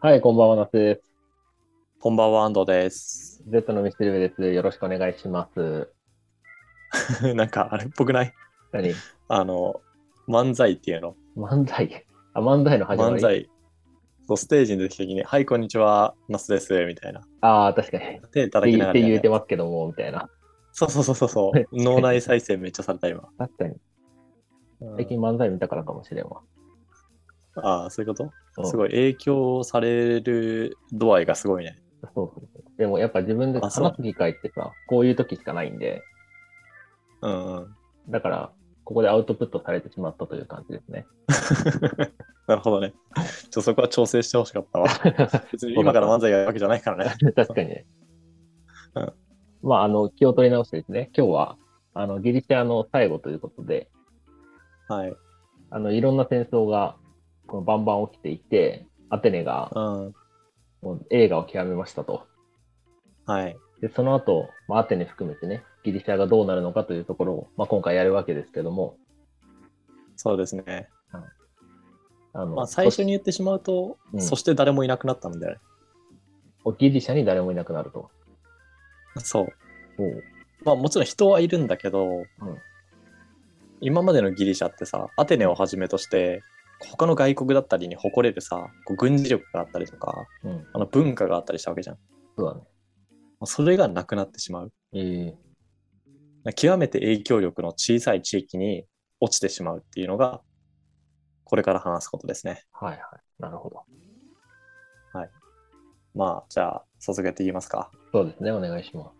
はい、こんばんは、なつです。こんばんは、安藤です。 Z のミステリー部です。よろしくお願いします。なんか、あれっぽくない何あの、漫才っていうの。漫才あ、漫才の始まり漫才。そう、ステージに出てきた時に、はい、こんにちは、那須です、みたいな。ああ、確かに。っ手て叩き言なうっがてら、言うねて。ますけども、みたいな。そうそうそうそうそ確 う。脳内再生めっちゃされた、今。確かに。うん最近漫才見たからかもしれんわ。ああ、そういうこうとんすごい、影響される度合いがすごいね。そうそうそう。でもやっぱ自分であ話すそう機会ってさ、こういう時しかないんで、うんうん。 だから、ここでアウトプットされてしまったという感じです ね。なるほどね。ちょっとそこは調整してほし かったわ。別に今から漫才やるわけじゃないからね。確かにねうん。まあ、あの、気を取り直してですね、今日は、あの、ギリシャの最後ということで、はい。あの、いろんな戦争が、このバンバン起きていて、アテネがうん。もう映画を極めましたと。はい。で、その後、まあ、アテネ含めてね、ギリシャがどうなるのかというところを、まあ、今回やるわけですけども、そうですね。あの、まあ、最初に言ってしまうと、うんそして誰もいなくなったんだよね。ギリシャに誰もいなくなると。そう。おうまあ、もちろん人はいるんだけど、今までのギリシャってさ、アテネをはじめとして、他の外国だったりに誇れるさ、こう軍事力があったりとか、うん、あの文化があったりしたわけじゃん。まそうだね。あそれがなくなってしまう。ええ極めて影響力の小さい地域に落ちてしまうっていうのが、これから話すことですね。はいはい。なるほど。まあ、じゃあ、早速やっていきますか。そうですね、お願いしま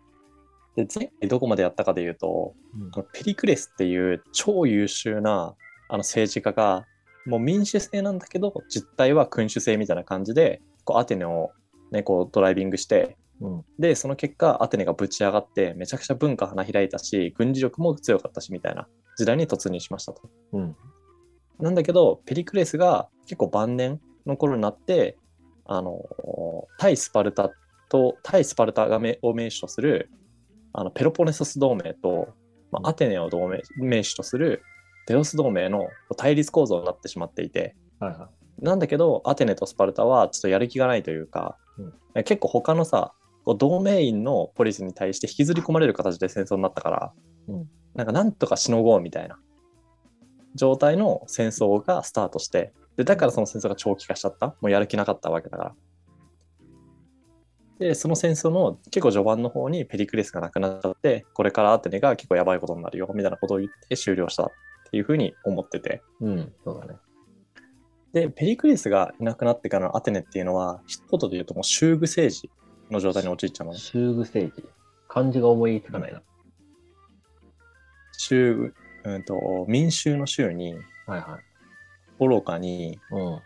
す。で、前回どこまでやったかでいうと、うんあのペリクレスっていう超優秀なあの政治家がもう民主制なんだけど実態は君主制みたいな感じでこうアテネを、ね、こうドライビングしてうん、でその結果アテネがぶち上がってめちゃくちゃ文化花開いたし軍事力も強かったしみたいな時代に突入しましたと。うん、なんだけどペリクレスが結構晩年の頃になってあの対スパルタと対スパルタがめを名手とするあのペロポネソス同盟と、まうんあ、アテネを同盟名手とするデロス同盟の対立構造になってしまっていてはいはなんだけどアテネとスパルタはちょっとやる気がないというか、結構他のさこう同盟員のポリスに対して引きずり込まれる形で戦争になったから、うんなんかなんとかしのごうみたいな状態の戦争がスタートしてでだからその戦争が長期化しちゃったもうやる気なかったわけだから。でその戦争の結構序盤の方にペリクレスがなくなっちゃってこれからアテネが結構やばいことになるよみたいなことを言って終了したっていうふうに思ってて。い。うん、そうだね。で、ペリクレスがいなくなってからのアテネっていうのは、一言で言うともう修具政治の状態に陥っちゃうのね。修具政治。漢字が思いつかないな。修具、うんと、民衆の衆に、はいはい。愚かにうん。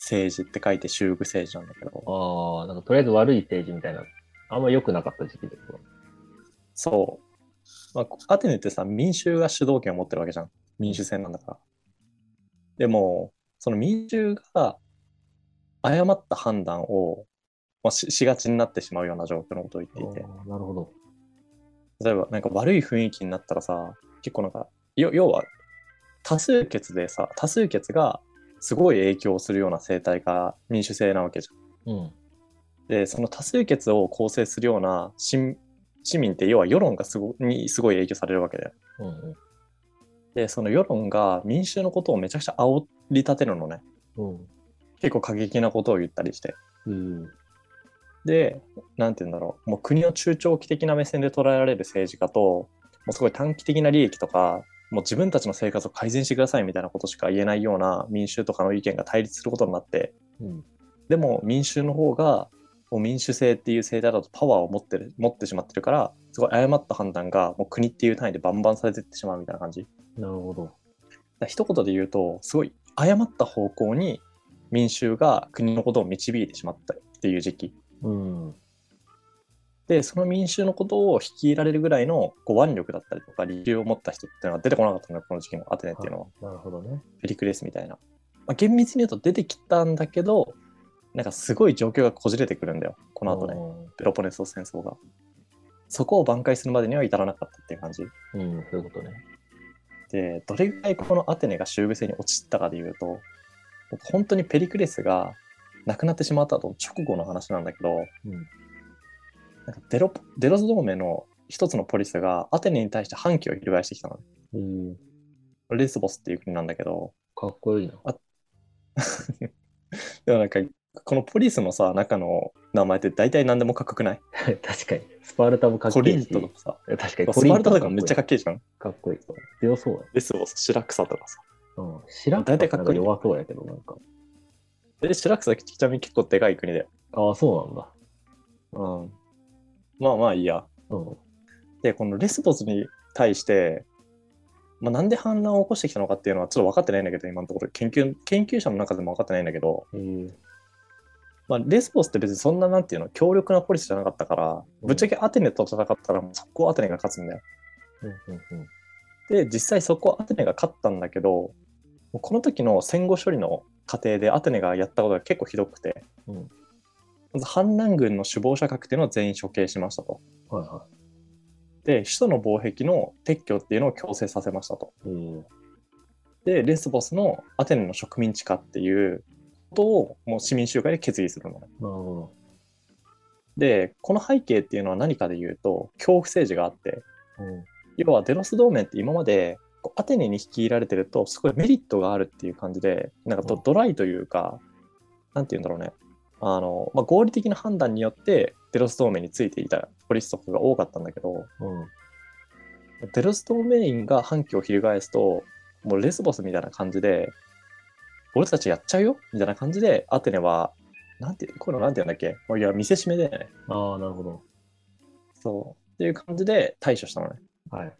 政治って書いて修具政治なんだけど、ああ、なんかとりあえず悪い政治みたいな、あんま良くなかった時期ですわ。そう。まあ、アテネってさ、民衆が主導権を持ってるわけじゃん。民主制なんだから。でも、その民衆が誤った判断を、まあ、ししがちになってしまうような状況のことを言っていて。あーなるほど。例えばなんか悪い雰囲気になったらさ結構なんかよ要は多数決でさ多数決がすごい影響するような政体が民主制なわけじゃん。うん。でその多数決を構成するような市市民って要は世論がすごにすごい影響されるわけだよ。うんうんでその世論が民衆のことをめちゃくちゃ煽り立てるのねうん。結構過激なことを言ったりして。うん。で、なんて言うんだろう、もう国を中長期的な目線で捉えられる政治家と、もうすごい短期的な利益とか、もう自分たちの生活を改善してくださいみたいなことしか言えないような民衆とかの意見が対立することになって、うん。でも民衆の方が、もう民主制っていう政体だとパワーを持ってる持ってしまってるから、すごい誤った判断がもう国っていう単位でバンバンされていってしまうみたいな感じ。だかなるほど。ら一言で言うと、すごい誤った方向に民衆が国のことを導いてしまったっていう時期。うん。でその民衆のことを率いられるぐらいのこう腕力だったりとか理由を持った人っていうのは出てこなかったのよこの時期のアテネっていうのは、なるほどね。ペリクレスみたいな、まあ、厳密に言うと出てきたんだけどなんかすごい状況がこじれてくるんだよこの後ねペロポネソス戦争がそこを挽回するまでには至らなかったっていう感じうん。うん、そういうことね。でどれぐらいこのアテネが修具制に陥ったかでいうと僕本当にペリクレスが亡くなってしまった後直後の話なんだけど、うんなんかデロデロゾ同盟の一つのポリスがアテネに対して反旗を翻してきたのね。うん。レスボスっていう国なんだけど、かっこいいな。 でもなんかこのポリスのさ中の名前って大体何でもかっこよくない確かに。スパルタもかっこコいリいンし。トとかさ、確かに。スパルタとかめっちゃかっかっけえじゃん。こいい。強そうや。レスボス、シラクサとかさ。うん。知らん大体かっこいい弱そうやけど、なんか。で、シラクサちなみに結構でかい国だよ。ああ、そうなんだ。うん。まあまあいいや。うん。で、このレスボスに対して、まあ、なんで反乱を起こしてきたのかっていうのはちょっと分かってないんだけど、今のところ研究研究者の中でも分かってないんだけど、えー、まあ、レスボスって別にそんななんていうの強力なポリスじゃなかったから、うんぶっちゃけアテネと戦ったらもう速攻アテネが勝つんだよ。うんうんうん。で、実際そこアテネが勝ったんだけど、もうこの時の戦後処理の過程でアテネがやったことが結構ひどくて、うんまず反乱軍の首謀者格っていうのを全員処刑しましたと。はいはで、首都の防壁の撤去っていうのを強制させましたと。い。うん。でレスボスのアテネの植民地化っていうことをもう市民集会で決議するのね。なるほでこの背景っていうのは何かで言うと恐怖政治があってど。うん。要はデロス同盟って今までこうアテネに率いられてるとすごいメリットがあるっていう感じでなんかドうんドライというかなんて言うんだろうねあの、まあ、合理的な判断によってデロス同盟についていたポリスとかが多かったんだけど、うん。デロス同盟員が反旗を翻すと、もうレスボスみたいな感じで、俺たちやっちゃうよみたいな感じで、アテネは、なんて、こういうのなんて言うんだっけもういや、見せしめだよね。ああ、なるほど。そう。っていう感じで対処したのね。はい。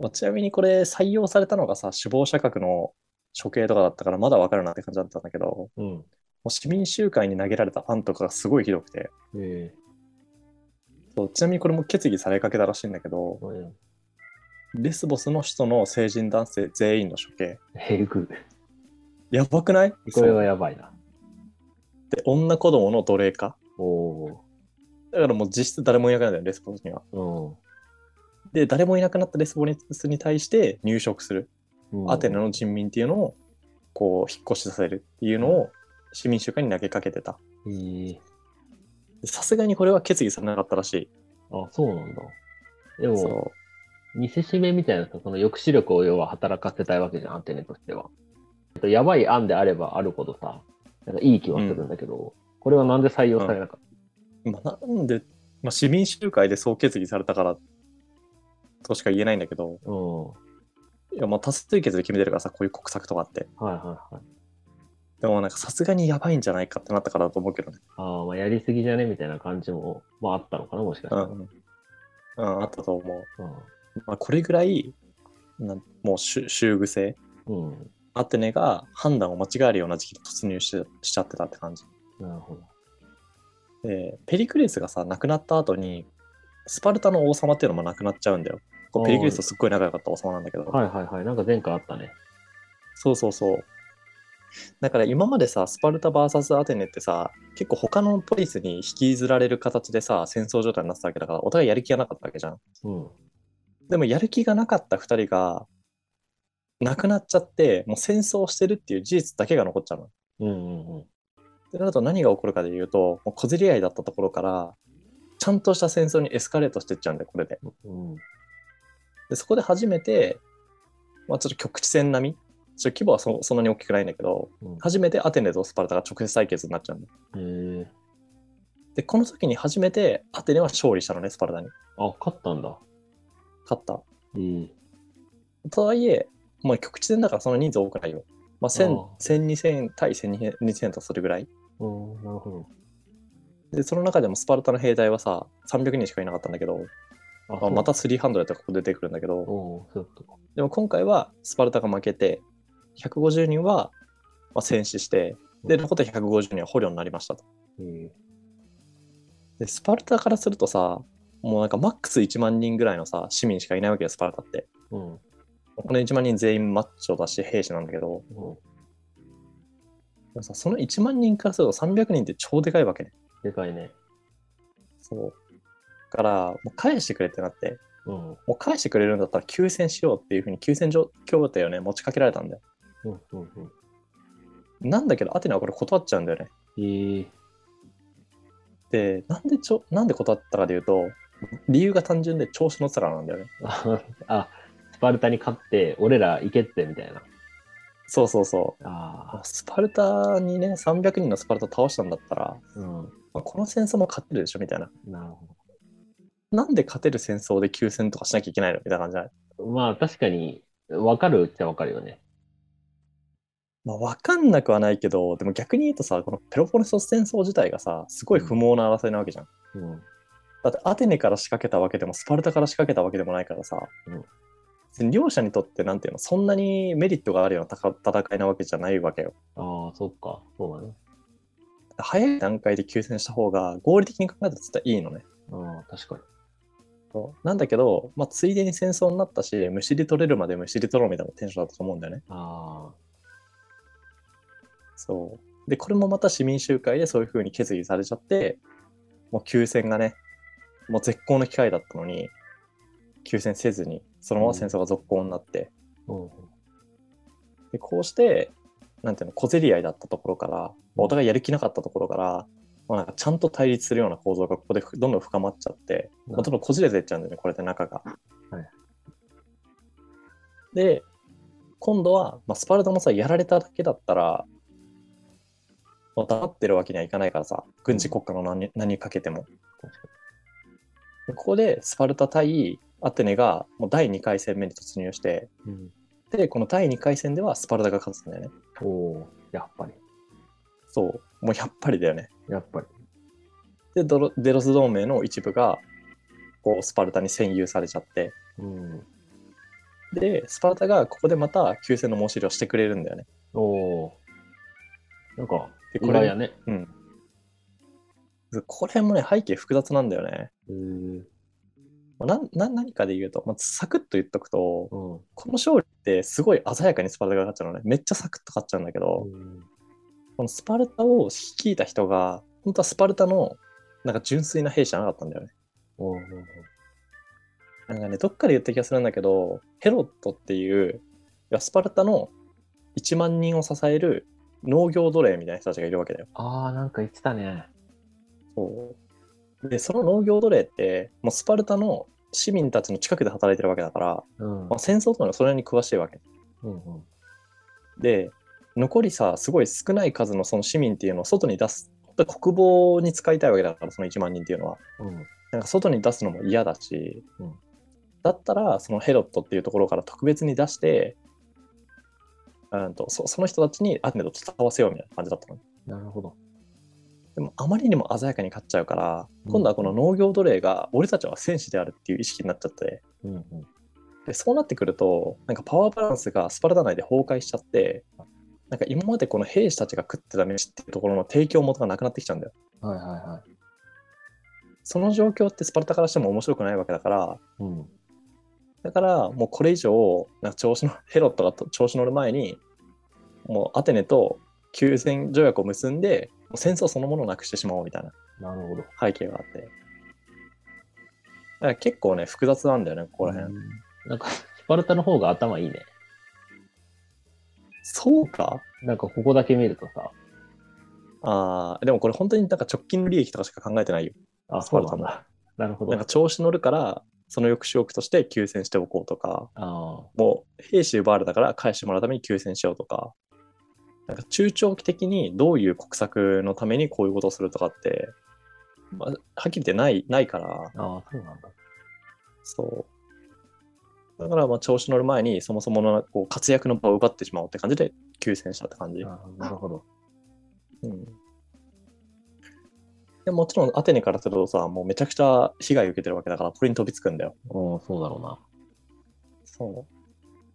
まあちなみにこれ採用されたのがさ、死亡者格の処刑とかだったからまだわかるなって感じだったんだけど、もうん。う市民集会に投げられたパンとかがすごいひどくて、えそうちなみにこれも決議されかけたらしいんだけどー、、うん。レスボスの首都の成人男性全員の処刑。えぐ。やばくないこれはやばいな。で女子供の奴隷化おだからもう実質誰もいなくなったよレスポンスにはお。で誰もいなくなったレスポンスに対して入植する、うん。うんアテネ。の人民っていうのをこう引っ越しさせるっていうのを市民集会に投げかけてたえー、でさすがにこれは決議されなかったらしいあ、そうなんだ。でも、そ見せしめみたいなさ、その抑止力を要は働かせたいわけじゃん、アテネとしては。えっとやばい案であればあるほどさ、なんかいい気はするんだけど、これはなんで採用されなかっう、まあ、なんで、まあ、市民集会でそう決議されたからとしか言えないんだけどたうん。はいやまあ多数決で決めてるからさこういう国策とかっていはいはい。でもなんかさすがにやばいんじゃないかってなったからだと思うけどねああ、まあやりすぎじゃねみたいな感じも、まああったのかな、もしかしたうら。ん、うん、あったと思ううまあ、これぐらいなんもうしゅ修具性ん。うん。アテネが判断を間違えるような時期に突入ししちゃってたって感じなるほど。でペリクレスがさ亡くなった後にスパルタの王様っていうのもなくなっちゃうんだよこうあーペリクレスとすっごい仲良かった王様なんだけど、はいはいはい。なんか前回あったね。そうそうそうだから今までさスパルタ VS アテネってさ結構他のポリスに引きずられる形でさ戦争状態になってたわけだからお互いやる気がなかったわけじゃんうん。でもやる気がなかった2人が亡くなっちゃってもう戦争をしてるっていう事実だけが残っちゃうの。うんうんうん。でなると何が起こるかで言うともう小競り合いだったところからちゃんとした戦争にエスカレートしてっちゃうんだよこれで。うん、でそこで初めて、まあ、ちょっと局地戦並みちょっと規模はそそんなに大きくないんだけどうん初めてアテネとスパルタが直接対決になっちゃうんだへよ。えでこの時に初めてアテネは勝利したのねスパルタにあ、勝ったんだ。勝った。ええとはいえ、まあ、局地戦だからそんな人数多くないよ。まあ、1000ああ、 2000対1200とするぐらい。うん、なるほで、その中でもスパルタの兵隊はさ、300人しかいなかったんだけど、ど。まあ、また300とかここ出てくるんだけど、おお、そういうことか。でも今回はスパルタが負けて、150人は、まあ、戦死して、で、残った150人は捕虜になりましたと。ええで、スパルタからするとさ、もうなんかマックス1万人ぐらいのさ、市民しかいないわけよ、スパルタって。うん、この1万人全員マッチョだし、兵士なんだけうど、ん。でもさその1万人からすると300人って超でかいわけね。でかいね。そう。だから、もう返してくれってなって、うん、うん、もう返してくれるんだったら休戦しようっていうふうに休戦状協定をね、持ちかけられたんだよ。うん、うん。なんだけど、アテナはこれ断っちゃうんだよね。えー、でなんでちょなんで断ったかでいうと理由が単純で調子乗ってたからなんだよねああ、スパルタに勝って、俺ら行けって、みたいな。そうそうそうああスパルタにね300人のスパルタ倒したんだったら、あ、うん。まあこの戦争も勝てるでしょみたいななるほなんで勝てる戦争で休戦とかしなきゃいけないのみたいな感じじゃない、ど。まあ、確かに、わかるっちゃわかるよね。まあ、分かんなくはないけどでも逆に言うとさこのペロポネソス戦争自体がさすごい不毛な争いなわけじゃんうん。だってアテネから仕掛けたわけでもスパルタから仕掛けたわけでもないからさ、うん別に両者にとってなんていうのそんなにメリットがあるような戦戦いなわけじゃないわけよああ、そっか。そうだね。早い段階で休戦した方が合理的に考えたら絶対いいのねああ、確かに。そうなんだけど、まあ、ついでに戦争になったしむしり取れるまでむしり取ろうみたいなテンションだったと思うんだよねあそうでこれもまた市民集会でそういう風に決議されちゃってもう休戦がねもう絶好の機会だったのに休戦せずにそのまま戦争が続行になって、あ、うん。でこうしてなんていうの小競り合いだったところからお互いやる気なかったところから、まあ、なんかちゃんと対立するような構造がここでふどんどん深まっちゃって、うんまあ、どんどんこじれていっちゃうんだよねこれで中が。はいで今度は、まあ、スパルタもさやられただけだったらまあ黙ってるわけにはいかないからさ軍事国家の何何にかけても。確かでここでスパルタ対アテネがもう第2回戦目に突入してに。うん。でこの第2回戦ではスパルタが勝つんだよね。おお、やっぱり。そう、もうやっぱりだよね。やっぱり。で、ドロデロス同盟の一部が、こう、スパルタに占有されちゃって、うん。で、スパルタがここでまた休戦の申し入れをしてくれるんだよね。おお。なんか、で、意こ外れや、ね。うん。これもね、背景複雑なんだよね。へえー。まあなんなん何かで言うと、まあ、サクッと言っとくと、うん。この勝利ってすごい鮮やかにスパルタが勝っちゃうのね。めっちゃサクッと勝っちゃうんだけど、このスパルタを率いた人が、本当はスパルタの、なんか純粋な兵士じゃなかったんだよね。おお。なんかね、どっかで言った気がするんだけど、ヘロットっていう、いやスパルタの1万人を支える農業奴隷みたいな人たちがいるわけだよ。ああ、なんか言ってたね。そうで、その農業奴隷って、もうスパルタの市民たちの近くで働いてるわけだから、うん。まあ、戦争とかにはそれなりに詳しいわけ。うんうん。で、残りさ、すごい少ない数のその市民っていうのを外に出す。本当は国防に使いたいわけだから、その1万人っていうのは。うん。なんか外に出すのも嫌だし、うんだったらそのヘロットっていうところから特別に出して、うんとそその人たちにアテネと戦わせようみたいな感じだったの。なるほど。でもあまりにも鮮やかに勝っちゃうから、うん今度はこの農業奴隷が俺たちは戦士であるっていう意識になっちゃって、うんうん。でそうなってくると、なんかパワーバランスがスパルタ内で崩壊しちゃって、なんか今までこの兵士たちが食ってた飯っていうところの提供元がなくなってきちゃうんだよ。はいはいはい。その状況ってスパルタからしても面白くないわけだから、うん。だからもうこれ以上なんか調子のヘロットがと調子乗る前にもうアテネと休戦条約を結んでもう戦争そのものをなくしてしまおうみたいななるほど。背景があってだから結構ね複雑なんだよねここら辺、うんなんか、スパルタの方が頭いいね。そうかなんか、ここだけ見るとさ、あーでもこれ本当になんか直近の利益とかしか考えてないよあ、スそパうルタなんもだ。なるほど。なんあか調子乗るからその抑止力として休戦しておこうとかあもう兵士奪われたから返してもらうために休戦しようとか、なんか中長期的にどういう国策のためにこういうことをするとかって、まあ、はっきり言ってないないから、ー、ああ、そうなんだ。そう。だからまあ調子乗る前にそもそものこう活躍の場を奪ってしまおうって感じで休戦したって感じ。あーなるほど。うんでもちろんアテネからするとさ、もうめちゃくちゃ被害を受けてるわけだから、これに飛びつくんだよ。おおそうだろうな。そう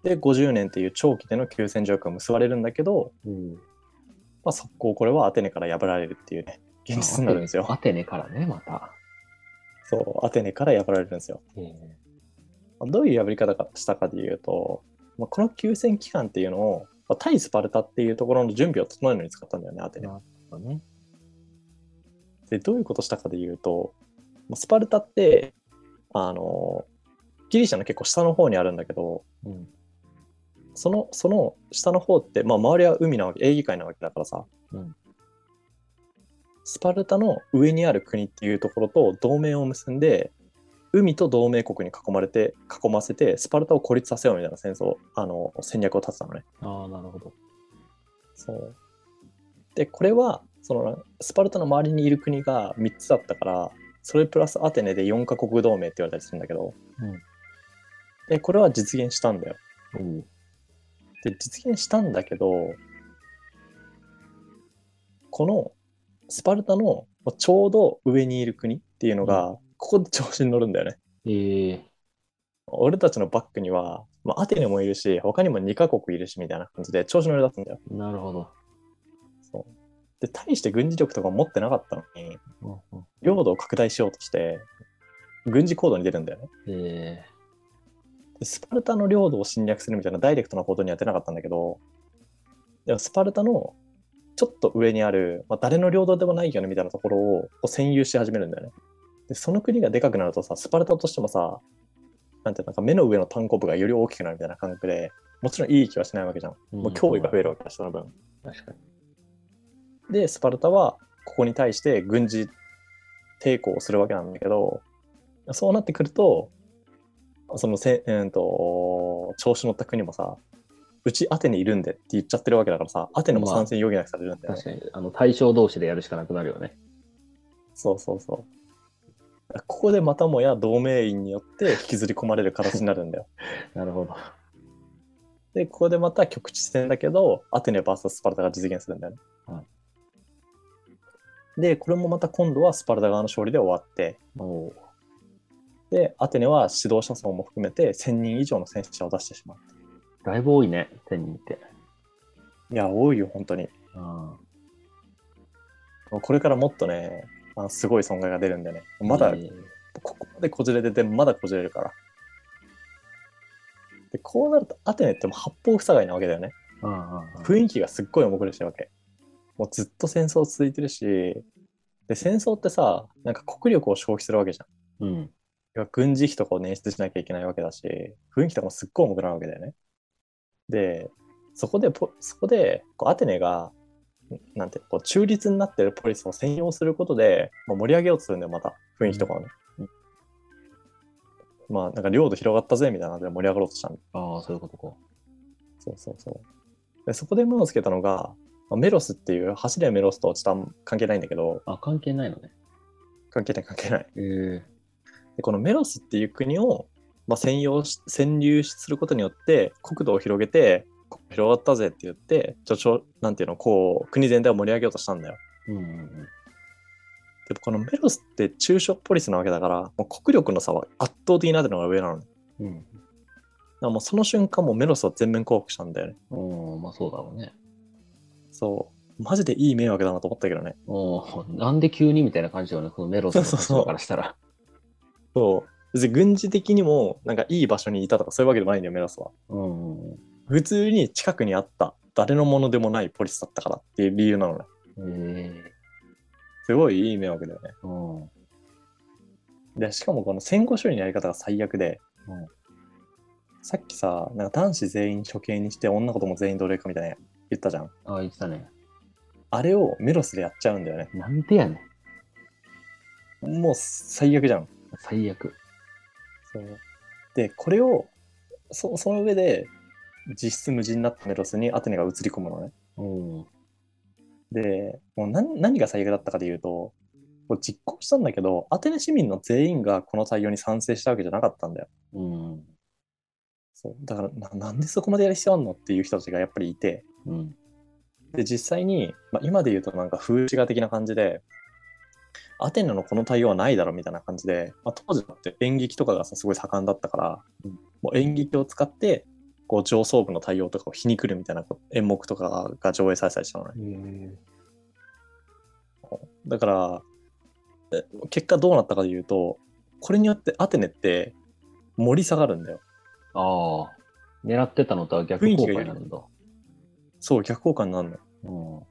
で、50年っていう長期での休戦条約が結ばれるんだけど、うん。まあ、速攻これはアテネから破られるっていうね現実になるんですよアテネからね、また。そうアテネから破られるんですよええまあどういう破り方かしたかでいうと、まあ、この休戦期間っていうのを、まあ、対スパルタっていうところの準備を整えるのに使ったんだよねアテネなるほどね。でどういうことしたかでいうとまあスパルタってあのギリシャの結構下の方にあるんだけどうん。そのその下の方って、まあ、周りは海なわけエーゲ海なわけだからさ、うんスパルタの上にある国っていうところと同盟を結んで海と同盟国に囲まれて囲ませてスパルタを孤立させようみたいな戦争あの戦略を立てたのね。ああ、なるほど。そうでこれはそのスパルタの周りにいる国が3つだったからそれプラスアテネで4カ国同盟って言われたりするんだけど、うんでこれは実現したんだよ。うん。で実現したんだけどこのスパルタのもうちょうど上にいる国っていうのが、ここで調子に乗るんだよね。ええ俺たちのバックには、まあ、アテネもいるし他にも2カ国いるしみたいな感じで調子乗り出すんだよ。なるほど。そうで大して軍事力とか持ってなかったのにうんうん領土を拡大しようとして軍事行動に出るんだよね。えでスパルタの領土を侵略するみたいなダイレクトな行動には出なかったんだけどでもスパルタのちょっと上にある、まあ、誰の領土でもないよねみたいなところをこう占有し始めるんだよね。でその国がでかくなるとさスパルタとしてもさなんていうのなんか目の上の単行部がより大きくなるみたいな感覚でもちろんいい気はしないわけじゃん。えもう脅威が増えるわけだしその分。確かに。でスパルタはここに対して軍事抵抗をするわけなんだけどそうなってくるとそのせ、うん、と調子乗った国もさうちアテネいるんでって言っちゃってるわけだからさアテネも参戦余儀なくされるんだよね、確かに。あの、対象同士でやるしかなくなるよね。そうそうそうここでまたもや同盟員によって引きずり込まれる形になるんだ よなるほど。でここでまた局地戦だけどアテネ VS スパルタが実現するんだよね、はでこれもまた今度はスパルタ側の勝利で終わっておうで、アテネは指導者層も含めて1000人以上の戦死者を出してしまう。だいぶ多いね、1000人って。いや、多いよ、本当に。あこれからもっとね、あのすごい損害が出るんでね、あまだ、ええここまでこじれてて、まだこじれるから。で、こうなると、アテネってもう八方塞がいなわけだよね。ああああ雰囲気がすっごい重苦しいわけ。もうずっと戦争続いてるし、で、戦争ってさ、なんか国力を消費するわけじゃん。うん。要は軍事費とかを捻出しなきゃいけないわけだし、雰囲気とかもすっごい重くなるわけだよね。で、そこでポ、そこでこうアテネが、んなんていうのこう中立になってるポリスを専用することで、まあ、盛り上げようとするんだよ、また、雰囲気とかをね。うんまあ、なんか領土広がったぜみたいな感じで盛り上がろうとしたんだああ、そういうことか。そうそうそう。でそこで目をつけたのが、まあメロスっていう、走れメロスとはちょっとあん関係ないんだけど、あ、関係ないのね。関係ない関係ない。ええでこのメロスっていう国を、まあ、占用し占領することによって国土を広げてここ広がったぜって言ってちょちょなんていうのこう国全体を盛り上げようとしたんだよ。うんうんでこのメロスって中小ポリスなわけだからもう国力の差は圧倒的になってるのが上なの、ね、だかうん。らもうその瞬間もうメロスを全面降伏したんだよね。うん。うん、まあそうだろうね。そうマジでいい迷惑だなと思ったけどね。うん。なんで急にみたいな感じよね、このメロスの立場からしたら。そう別に軍事的にもなんかいい場所にいたとかそういうわけでもないんだよメロスは。うんうん普通に近くにあった誰のものでもないポリスだったからっていう理由なのね。うん。ええすごいいい迷惑だよね。うん。で、しかもこの戦後処理のやり方が最悪で、うんさっきさ、なんか男子全員処刑にして女子供全員奴隷化みたいな言ったじゃん。ああ、言ってたね。あれをメロスでやっちゃうんだよね。なんでやねん。もう最悪じゃん。最悪。そうで、これを、そその上で、実質無人になったメロスにアテネが移り込むのね。うん。で、もう何何が最悪だったかで言うと、こう実行したんだけど、アテネ市民の全員がこの採用に賛成したわけじゃなかったんだよ。うん。そうだからななんでそこまでやる必要あんのっていう人たちがやっぱりいてうん。で実際に、まあ、今で言うとなんか風刺画的な感じでアテナのこの対応はないだろみたいな感じで、まあ、当時だって演劇とかがさすごい盛んだったから、うんもう演劇を使ってこう上層部の対応とかを皮肉るみたいな演目とかが上映されたりしたのねだからえ結果どうなったかで言うとこれによってアテネって盛り下がるんだよああ。狙ってたのとは逆効果になるんだ。そう逆効果になるの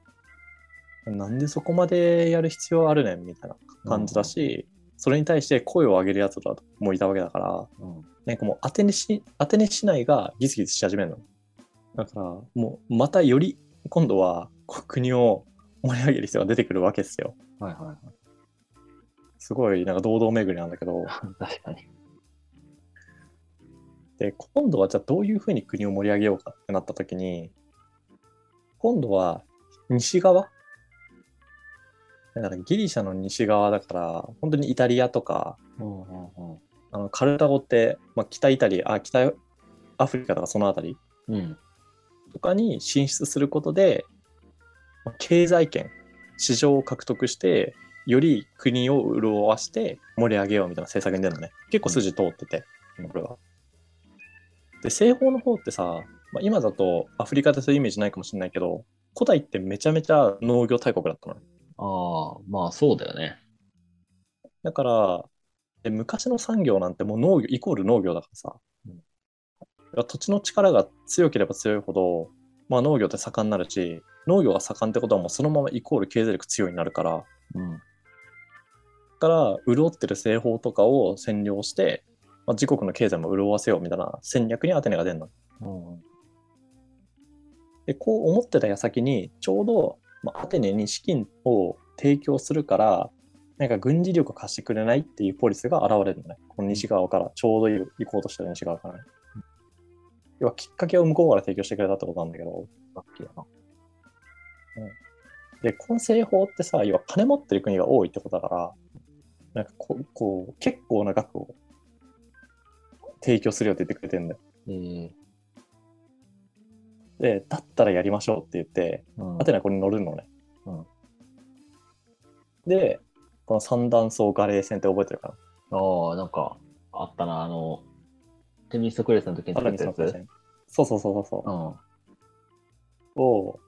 うん。なんでそこまでやる必要あるねんみたいな感じだし、それに対して声を上げるやつらもいたわけだから、うん。なんかもうアテネ市アテネ市内がギスギスし始めるの。だから、もうまたより今度はこう国を盛り上げる人が出てくるわけですよ。はいはいはい。すごいなんか堂々巡りなんだけど、確かに。で今度はじゃあどういうふうに国を盛り上げようかってなった時に今度は西側だからギリシャの西側だから本当にイタリアとかうんうんうん。あのカルタゴって、まあ、北イタリアあ北アフリカとかその辺りうん。とかに進出することでまあ経済圏市場を獲得してより国を潤わして盛り上げようみたいな政策に出るのね結構筋通ってて、うんこれは。で西方の方ってさ、まあ、今だとアフリカってそういうイメージないかもしれないけど古代ってめちゃめちゃ農業大国だったのねああ、まあそうだよね。だからで昔の産業なんてもう農業イコール農業だからさ、うんだから土地の力が強ければ強いほど、まあ、農業って盛んになるし農業が盛んってことはもうそのままイコール経済力強いになるからだうん。から潤ってる西方とかを占領して、まあ、自国の経済も潤わせようみたいな戦略にアテネが出るの。うん、でこう思ってた矢先にちょうど、まあ、アテネに資金を提供するからなんか軍事力を貸してくれないっていうポリスが現れるのねこの西側からちょうどいい行こうとしてる西側からね要はきっかけを向こうから提供してくれたってことなんだけどラッキーやな。でこの西方ってさ要は金持ってる国が多いってことだからなんかこうこう結構な額を提供するよって言ってくれてるんだよええでだったらやりましょうって言ってうんアテナこれに乗るのね。うんで、この三段層ガレー戦って覚えてるかなああ、なんか、あったな、あの、テミストクレスの時にア作テナったやつ。層のガレー戦そうそうそうそうう。ん。おうを、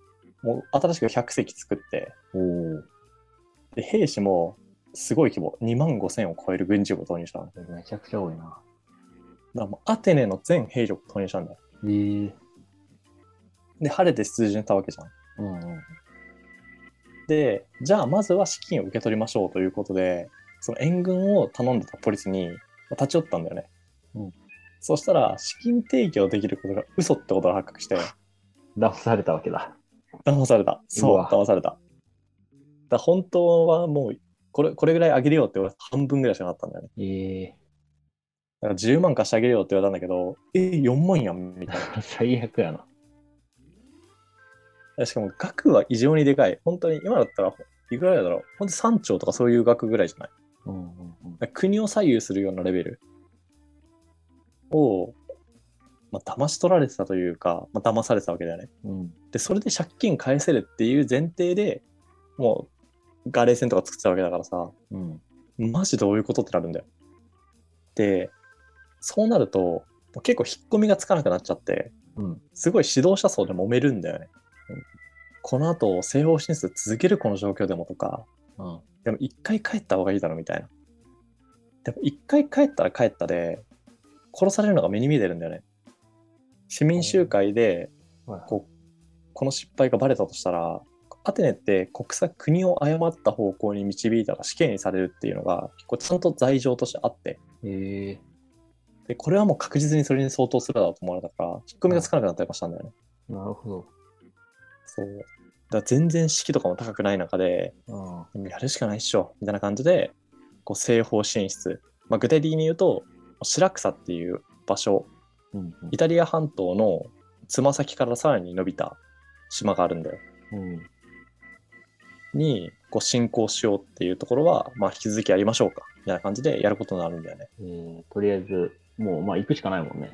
もう新しく100隻作って、お、で兵士もすごい規模、2万5千を超える軍事力を投入したの。だかめちゃくちゃ多いな。らもうアテネの全兵力を投入したんだよ。ええで、晴れて出陣したわけじゃん。うんうん。で、じゃあまずは資金を受け取りましょうということで、その援軍を頼んでたポリスにまあ立ち寄ったんだよね。うんそしたら、資金提供できることが嘘ってことが発覚して、騙されたわけだ。騙された。そうう、わ騙された。だから本当はもうこれ、これぐらいあげるよって俺半分ぐらいしかなかったんだよね。ええだから10万貸してあげるよって言われたんだけど、え、4万やんみたい 最悪やな。な。しか も額は異常にでかい。本当に今だったらいくらだろう。本当に3兆とかそういう額ぐらいじゃない。うんうんうん。だから国を左右するようなレベルを、まあ、騙し取られてたというか、まあ、騙されてたわけだよね。うん、で、それで借金返せるっていう前提でもう、ガレー戦とか作ってたわけだからさ。うん、マジどういうことってなるんだよ。で、そうなると、もう結構引っ込みがつかなくなっちゃって、うん。すごい指導者層で揉めるんだよね。この後、西方進出続けるこの状況でもとか、うん。でも一回帰った方がいいだろみたいな。でも一回帰ったら帰ったで、殺されるのが目に見えてるんだよね。市民集会で、はいこうこの失敗がバレたとしたらアテネって国際国を誤った方向に導いたら死刑にされるっていうのが結構ちゃんと罪状としてあってええでこれはもう確実にそれに相当するだろうと思われたから引っ込みがつかなくなったりもしたんだよね。なるほそうだから全然士気とかも高くない中でど。でもやるしかないっしょみたいな感じでこう西方進出、まあ、具体的に言うとシラクサっていう場所うん。うん。イタリア半島のつま先からさらに伸びた島があるんだよ。うん。にこう進行しようっていうところは、まあ、引き続きやりましょうかみたいな感じでやることになるんだよね。えーとりあえず、もう、まあ、行くしかないもんね。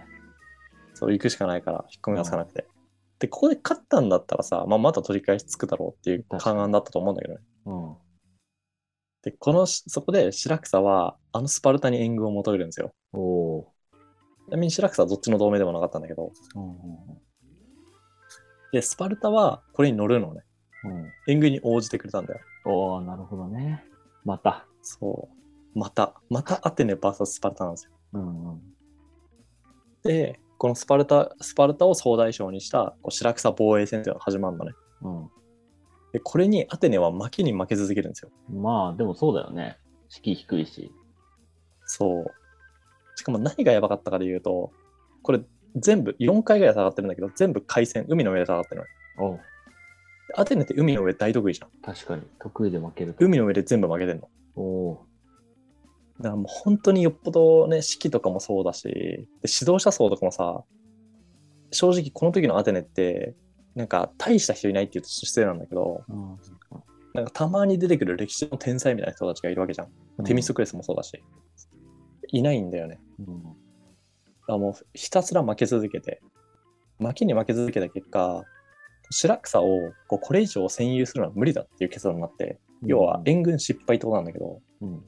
そう行くしかないから引っ込みがつかなくて。でここで勝ったんだったらさ、まあ、また取り返しつくだろうっていう勘案だったと思うんだけどね。うん。でこのしそこで白草はあのスパルタに援軍を求めるんですよ。おおちなみに白草はどっちの同盟でもなかったんだけどー。うんうんでスパルタはこれに乗るのねうん。うん。援軍に応じてくれたんだよ。おおなるほどね。また。そうまたまたアテネ VS スパルタなんですようんうん。でこのスパルタスパルタを総大将にしたこう白草防衛戦というのが始まるのねうん。でこれにアテネは負けに負け続けるんですよまあ、でもそうだよね。敷居低いし。そうしかも何がやばかったかで言うとこれ全部4回ぐらい下がってるんだけど全部海戦海の上で下がってるのおねうアテネって海の上大得意じゃん。確かに。得意で負けると。海の上で全部負けてんの。おおだからもう本当によっぽどね、指揮とかもそうだし、で指導者層とかもさ、正直この時のアテネって、なんか大した人いないって言うと失礼なんだけど、ー。うんなんかたまに出てくる歴史の天才みたいな人たちがいるわけじゃん。テミスクレスもそうだし。いないんだよね。うんだからもうひたすら負け続けて、負けに負け続けた結果、白草をこうこれ以上占有するのは無理だっていう結論になって、要は援軍失敗ってことなんだけど、うん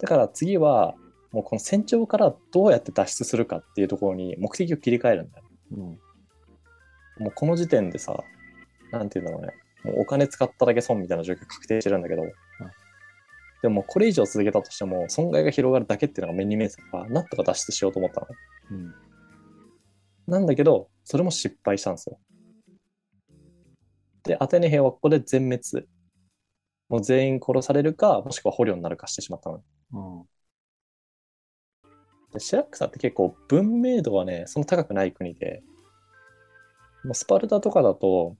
だから次は、もうこの戦場からどうやって脱出するかっていうところに目的を切り替えるんだよ。うんもうこの時点でさ、なんていうんだろうね、もうお金使っただけ損みたいな状況確定してるんだけど、でももうこれ以上続けたとしても、損害が広がるだけっていうのが目に見えてたから、なんとか脱出しようと思ったの。うんなんだけど、それも失敗したんですよ。で、アテネ兵はここで全滅。もう全員殺されるか、もしくは捕虜になるかしてしまったの。うんでシラクサって結構文明度はね、その高くない国で、もうスパルタとかだと、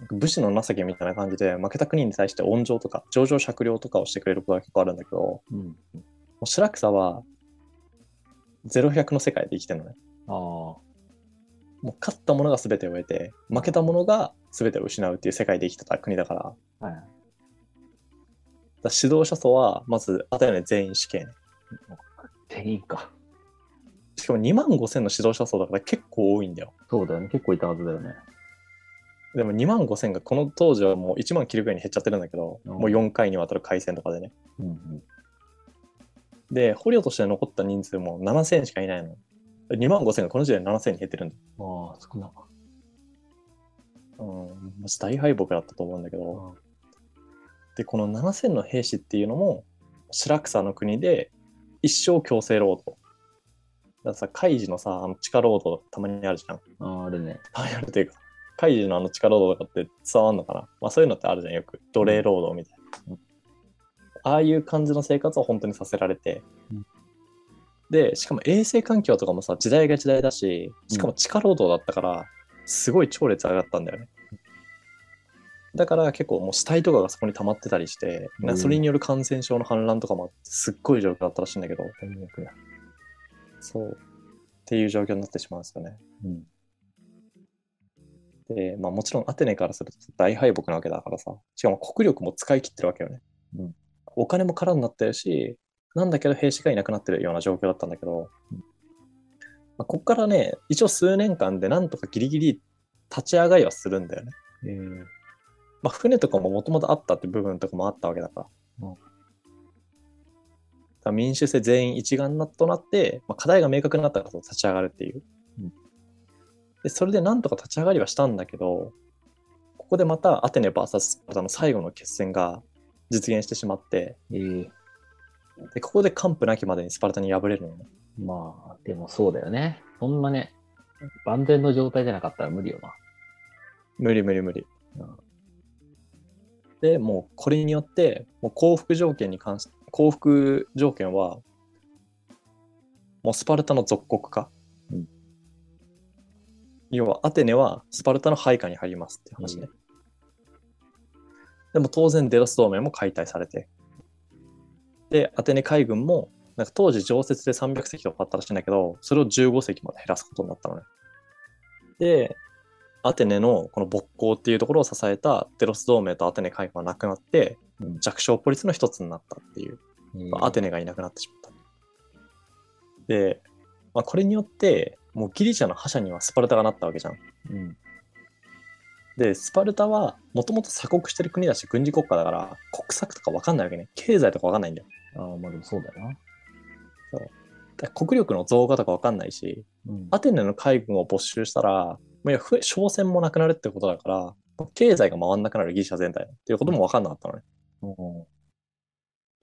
なんか武士の情けみたいな感じで、負けた国に対して温情とか、情状酌量とかをしてくれることが結構あるんだけど、もうんうシラクサは、0100の世界で生きてるのね。あもう勝った者が全てを得て、負けた者が全てを失うっていう世界で生きてた国だから、だかあ。はい。ら指導者層は、まず、あたりね全員死刑ね。全員か。しかも2万5千の指導者層だから結構多いんだよ。そうだよね。結構いたはずだよね。でも2万5千がこの当時はもう1万切るぐらいに減っちゃってるんだけど、うんもう4回にわたる海戦とかでね。うんうん。で、捕虜として残った人数も7千しかいないの。2万5千がこの時点で7千に減ってるんだあよ。あ、少なかっうん、マジ大敗北だったと思うんだけど。たな。でこの7,000の兵士っていうのも白草の国で一生強制労働だからさ海事のさあの地下労働たまにあるじゃんああ、あれね。たまにあるというか海事のあの地下労働とかって伝わんのかな、まあ、そういうのってあるじゃんよく奴隷労働みたいな、ああいう感じの生活を本当にさせられて、うんでしかも衛生環境とかもさ時代が時代だししかも地下労働だったからすごい超列上がったんだよねだから結構もう死体とかがそこに溜まってたりして、うんなそれによる感染症の氾濫とかもあってすっごい状況だったらしいんだけど大学や。そうっていう状況になってしまうんですよねうん。で、まあ、もちろんアテネからすると大敗北なわけだからさ、しかも国力も使い切ってるわけよね。うんお金も空になってるし、なんだけど兵士がいなくなってるような状況だったんだけど、うんまあ、ここからね、一応数年間でなんとかギリギリ立ち上がりはするんだよね。えー、まあ、船とかももともとあったって部分とかもあったわけだから。うんだから民主制全員一丸となって、まあ、課題が明確になったからこそ立ち上がるっていう。うんでそれでなんとか立ち上がりはしたんだけど、ここでまたアテネ VS スパルタの最後の決戦が実現してしまって、えー、でここで完膚なきまでにスパルタに敗れるのね。まあ、でもそうだよね。そんなね、万全の状態じゃなかったら無理よな。無理無理無理。うんでもうこれによってもう降伏条件に関し降伏条件はもうスパルタの属国化、うん要はアテネはスパルタの配下に入りますっていう話ね、でも当然デロス同盟も解体されてでアテネ海軍もなんか当時常設で300隻とかあったらしいんだけどそれを15隻まで減らすことになったのねでアテネのこの勃興っていうところを支えたデロス同盟とアテネ海軍はなくなってうん弱小ポリスの一つになったっていう、アテネがいなくなってしまった。で、まあ、これによってもうギリシャの覇者にはスパルタがなったわけじゃん。うん。でスパルタはもともと鎖国してる国だし軍事国家だから国策とか分かんないわけね経済とか分かんないんだよ。ああ、まあでもそうだよな。だから国力の増加とか分かんないしうんアテネの海軍を没収したら、いやふ商船もなくなるってことだから、経済が回んなくなるギリシャ全体のっていうことも分かんなかったのね。うん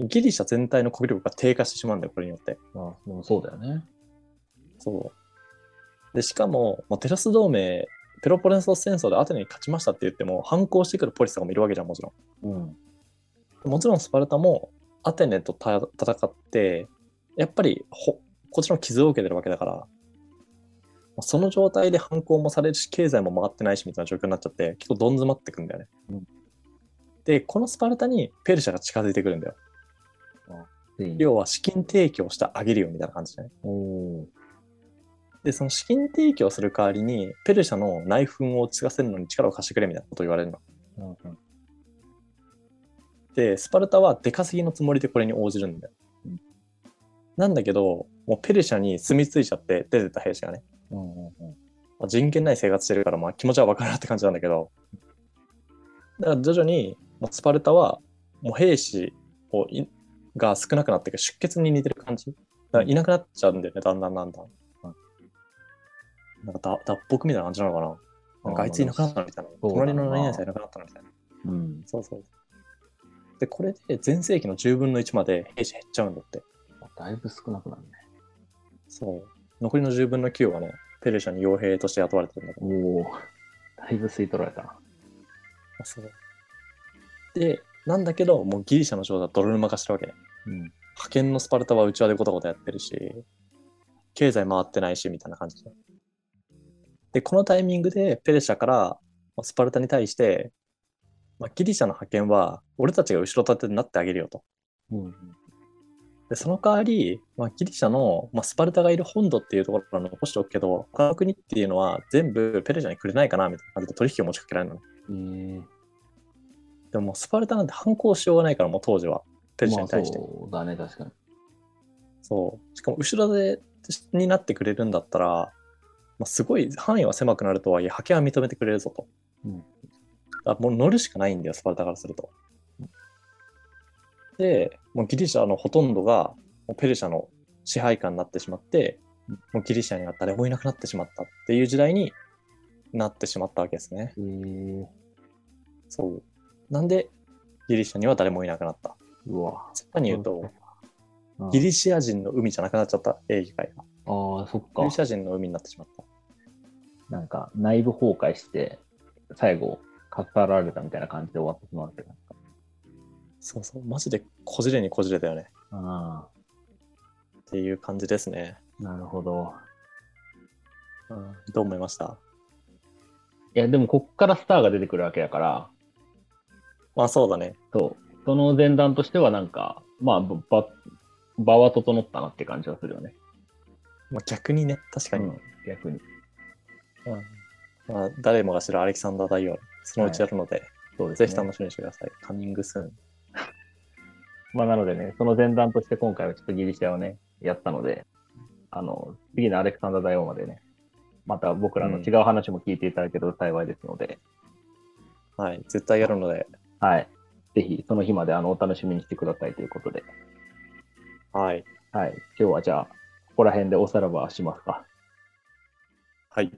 ギリシャ全体の国力が低下してしまうんだよ、これによって。まあ、でもそうだよね。そう。で、しかも、もうテラス同盟、ペロポネソス戦争でアテネに勝ちましたって言っても、反抗してくるポリスとかもいるわけじゃん、もちろうん。ん。もちろんスパルタもアテネとた戦って、やっぱりほこっちの傷を受けてるわけだから、うその状態で反抗もされるし、経済も回ってないしみたいな状況になっちゃって、結構どん詰まってくんだよね。うんで、このスパルタにペルシャが近づいてくるんだよ。ついに。要は資金提供してあげるよみたいな感じじゃないおーで、その資金提供する代わりに、ペルシャの内紛を継がせるのに力を貸してくれみたいなことを言われるの。うんうんで、スパルタは出稼ぎのつもりでこれに応じるんだよ。なんだけど、もうペルシャに住み着いちゃって出てった兵士がね、うんうんうんまあ人権ない生活してるから、まあ、気持ちは分かるなって感じなんだけど、だから徐々にもうスパルタはもう兵士をいが少なくなってくる出血に似てる感じ。だからいなくなっちゃうんだよね、だんだんだんだん。なんかだ脱北みたいな感じなのかな。なんかあいついなくなったみたいな。そうだな隣の何々さんいなくなったみたいな。うん。そうそう。で、これで全盛期の10分の1まで兵士減っちゃうんだって。だいぶ少なくなるね。そう。残りの10分の9はね、ペルシャに傭兵として雇われてるんだけど。おお。 だいぶ吸い取られたな。そう。で、なんだけど、もうギリシャの城は泥沼化してるわけね。うん。派遣のスパルタは内輪でゴタゴタやってるし、経済回ってないし、みたいな感じで。で、このタイミングでペルシャからまあスパルタに対して、まあ、ギリシャの派遣は俺たちが後ろ盾になってあげるよと。うん。でその代わり、まあ、ギリシャの、まあ、スパルタがいる本土っていうところから残しておくけど、他の国っていうのは全部ペルシャにくれないかなみたいな感じで取引を持ちかけられるのね。ええでももうスパルタなんて反抗しようがないから、もう当時は、ペルシャまにあ対して。そうだね、確かに。そうしかも後ろでになってくれるんだったら、まあ、すごい範囲は狭くなるとはいえ、派遣は認めてくれるぞと。うんあもう乗るしかないんだよ、スパルタからすると。で、もうギリシャのほとんどがもうペルシャの支配下になってしまって、もうギリシャには誰もいなくなってしまったっていう時代になってしまったわけですね。ええそうなんで、ギリシャには誰もいなくなった。うわ。つまり言うと、うんギリシア人の海じゃなくなっちゃった、英議会が。ああ、そっギかリ。シャ人の海になってしまった。なんか内部崩壊して、最後、かっさられたみたいな感じで終わってしまうわけなんか。そうそう、マジでこじれにこじれだよね。あっていう感じですね。あ、なるほど。うん、どう思いましたいや、でもこっからスターが出てくるわけだから、まあそうだね。そう。その前段としてはなんか、まあ、ば、場は整ったなって感じはするよね。まあ、逆にね、確かに。うん逆に。うんまあ、誰もが知るアレキサンダー大王、そのうちやるので、そうです、ぜね。ひ楽しみにしてください。カミングスーン。まあ、なのでね、その前段として今回はちょっとギリシャをね、やったので、あの、次のアレクサンダー大王までね、また僕らの違う話も聞いていただけると幸いですので、はい、絶対やるので、はい。ぜひ、その日まであの、お楽しみにしてくださいということで、はい。はい。今日はじゃあ、ここら辺でおさらばしますか。はい。